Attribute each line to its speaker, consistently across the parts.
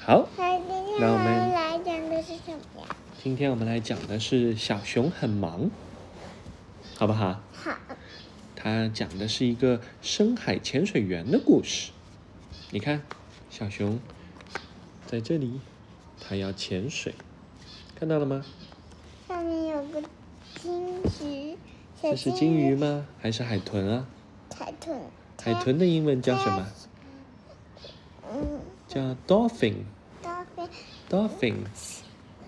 Speaker 1: 好，
Speaker 2: 那今天
Speaker 1: 那我
Speaker 2: 我
Speaker 1: 们
Speaker 2: 们来讲的是什么呀？
Speaker 1: 今天我们来讲的是小熊很忙，好不好？
Speaker 2: 好，
Speaker 1: 它讲的是一个深海潜水员的故事。你看，小熊在这里，它要潜水，看到了吗？
Speaker 2: 上面有个金鱼，小
Speaker 1: 这是金鱼吗？还是海豚啊？
Speaker 2: 海豚，
Speaker 1: 海豚的英文叫什么？
Speaker 2: 嗯
Speaker 1: 叫 dolphin。
Speaker 2: ，dolphin。
Speaker 1: dolphin。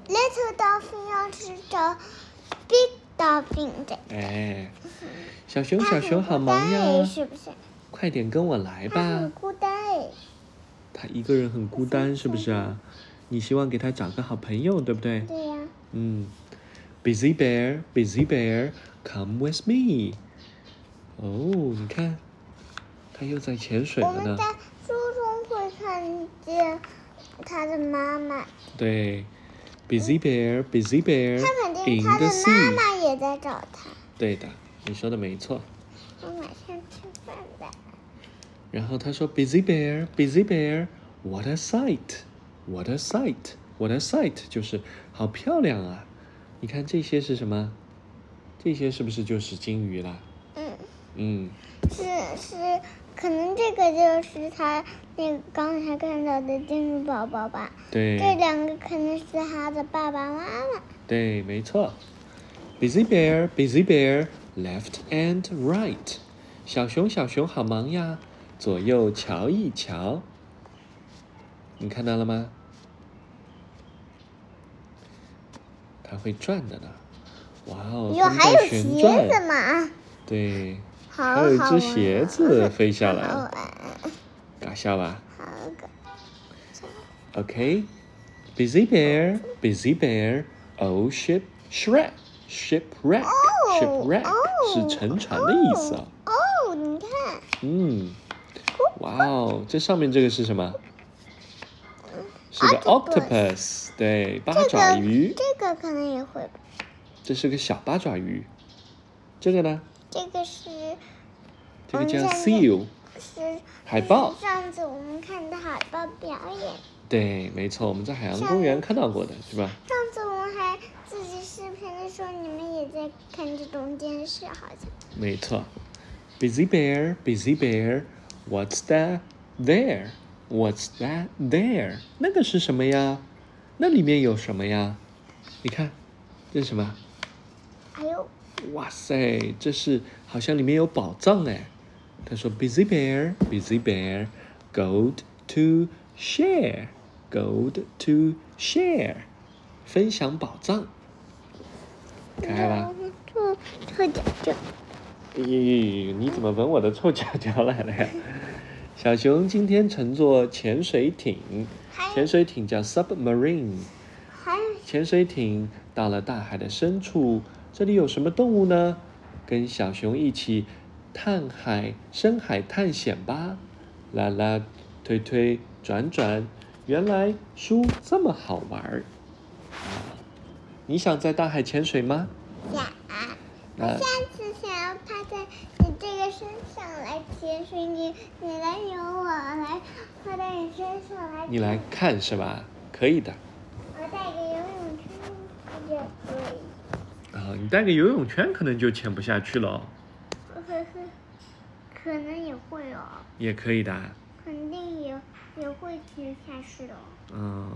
Speaker 2: Little dolphin 要去找 big dolphin 的，
Speaker 1: 哎，小熊，
Speaker 2: 它
Speaker 1: 小
Speaker 2: 很
Speaker 1: 熊
Speaker 2: 孤
Speaker 1: 好忙
Speaker 2: 单哎
Speaker 1: 呀！
Speaker 2: 是不是？
Speaker 1: 快点跟我来
Speaker 2: 它很
Speaker 1: 吧。
Speaker 2: 孤单哎，
Speaker 1: 它一个人很孤
Speaker 2: 嗯
Speaker 1: 单，是不是啊？你希望给它找个好朋友，对不对？
Speaker 2: 对呀、
Speaker 1: 嗯，Busy Bear, Busy Bear, come with me。哦，你看，它又在潜水
Speaker 2: 我
Speaker 1: 了
Speaker 2: 们
Speaker 1: 呢
Speaker 2: 在。书中会看见它的妈妈，
Speaker 1: 对，Busy Bear, Busy Bear
Speaker 2: 它肯定
Speaker 1: in
Speaker 2: 它
Speaker 1: the
Speaker 2: 的妈
Speaker 1: sea。
Speaker 2: 妈也在找它。
Speaker 1: 对的，你说的没错。
Speaker 2: 我马上吃饭了。
Speaker 1: 然后他说：“Busy bear, busy bear, what a sight, what a sight, what a sight，就是好漂亮啊！你看这些是什么？这些是不是就是金鱼啦？
Speaker 2: 嗯，
Speaker 1: 嗯，
Speaker 2: 是是，可能这个就是他那个刚才看到的金鱼宝宝吧。这
Speaker 1: 对
Speaker 2: 两个可能是他的爸爸妈妈。
Speaker 1: 哦对，没错。Busy bear, busy bear, left and right，小熊小熊好忙呀，左右瞧一瞧。你看到了吗？它会转的呢。哇哦，
Speaker 2: 哟，
Speaker 1: 它们
Speaker 2: 还
Speaker 1: 在
Speaker 2: 有
Speaker 1: 旋
Speaker 2: 鞋
Speaker 1: 转
Speaker 2: 子嘛？
Speaker 1: 对，
Speaker 2: 好
Speaker 1: 还
Speaker 2: 好
Speaker 1: 有一
Speaker 2: 玩
Speaker 1: 只鞋子飞下来
Speaker 2: 好
Speaker 1: 了，
Speaker 2: 玩，
Speaker 1: 搞笑吧
Speaker 2: 好个
Speaker 1: ？OK，Busy Bear，Busy Bear，Oh Oh, ship
Speaker 2: Oh,
Speaker 1: shipwreck，shipwreck，shipwreck
Speaker 2: 哦
Speaker 1: 是沉船的意
Speaker 2: oh.
Speaker 1: 思啊。
Speaker 2: 哦，你看，
Speaker 1: 嗯，哇哦，Hmm. 这上面这个是什么？是个
Speaker 2: octopus
Speaker 1: octopus，对，八
Speaker 2: 这
Speaker 1: 爪
Speaker 2: 个
Speaker 1: 鱼，
Speaker 2: 这个可能也会吧。
Speaker 1: 这是个小八爪鱼。这个呢？
Speaker 2: 这个是
Speaker 1: 这个
Speaker 2: 嗯
Speaker 1: 叫
Speaker 2: 上面
Speaker 1: seal，
Speaker 2: 是
Speaker 1: 海豹
Speaker 2: 是上次我们看的海豹表演，
Speaker 1: 对，没错，我们在海洋公园看到过的是吧？
Speaker 2: 上次我们还自己视频的时候，你们也在看这种电视，好像。
Speaker 1: 没错，Busy Bear, Busy Bear, What's that there? What's that there? 那个是什么呀？那里面有什么呀？你看，这是什么？
Speaker 2: 哎呦，
Speaker 1: 哇塞，这是好像里面有宝藏哎。他说，Busy Bear, Busy Bear, Gold to share, Gold to share，分享宝藏，可爱吧？
Speaker 2: 臭臭脚脚，
Speaker 1: 咦，哎你怎么闻我的臭脚脚来了呀？ 小熊今天乘坐潜水艇，
Speaker 2: 还
Speaker 1: 潜
Speaker 2: 有
Speaker 1: 水艇叫 submarine，
Speaker 2: 还有
Speaker 1: 潜水艇到了大海的深处，这里有什么动物呢？跟小熊一起探海、深海探险吧！啦啦，推推，转转，原来书这么好玩儿。啊你想在大海潜水吗？
Speaker 2: 甲。我
Speaker 1: 那
Speaker 2: 下次想要趴在你这个身上来潜水，你你来游我来趴在你身上来。
Speaker 1: 你来看是吧？可以的。
Speaker 2: 我带个游泳圈也可以。
Speaker 1: 啊，你带个游泳圈可能就潜不下去了，
Speaker 2: 可是，可能也会哦，
Speaker 1: 也可以的啊。
Speaker 2: 肯定也也会去下去的哦。
Speaker 1: 嗯，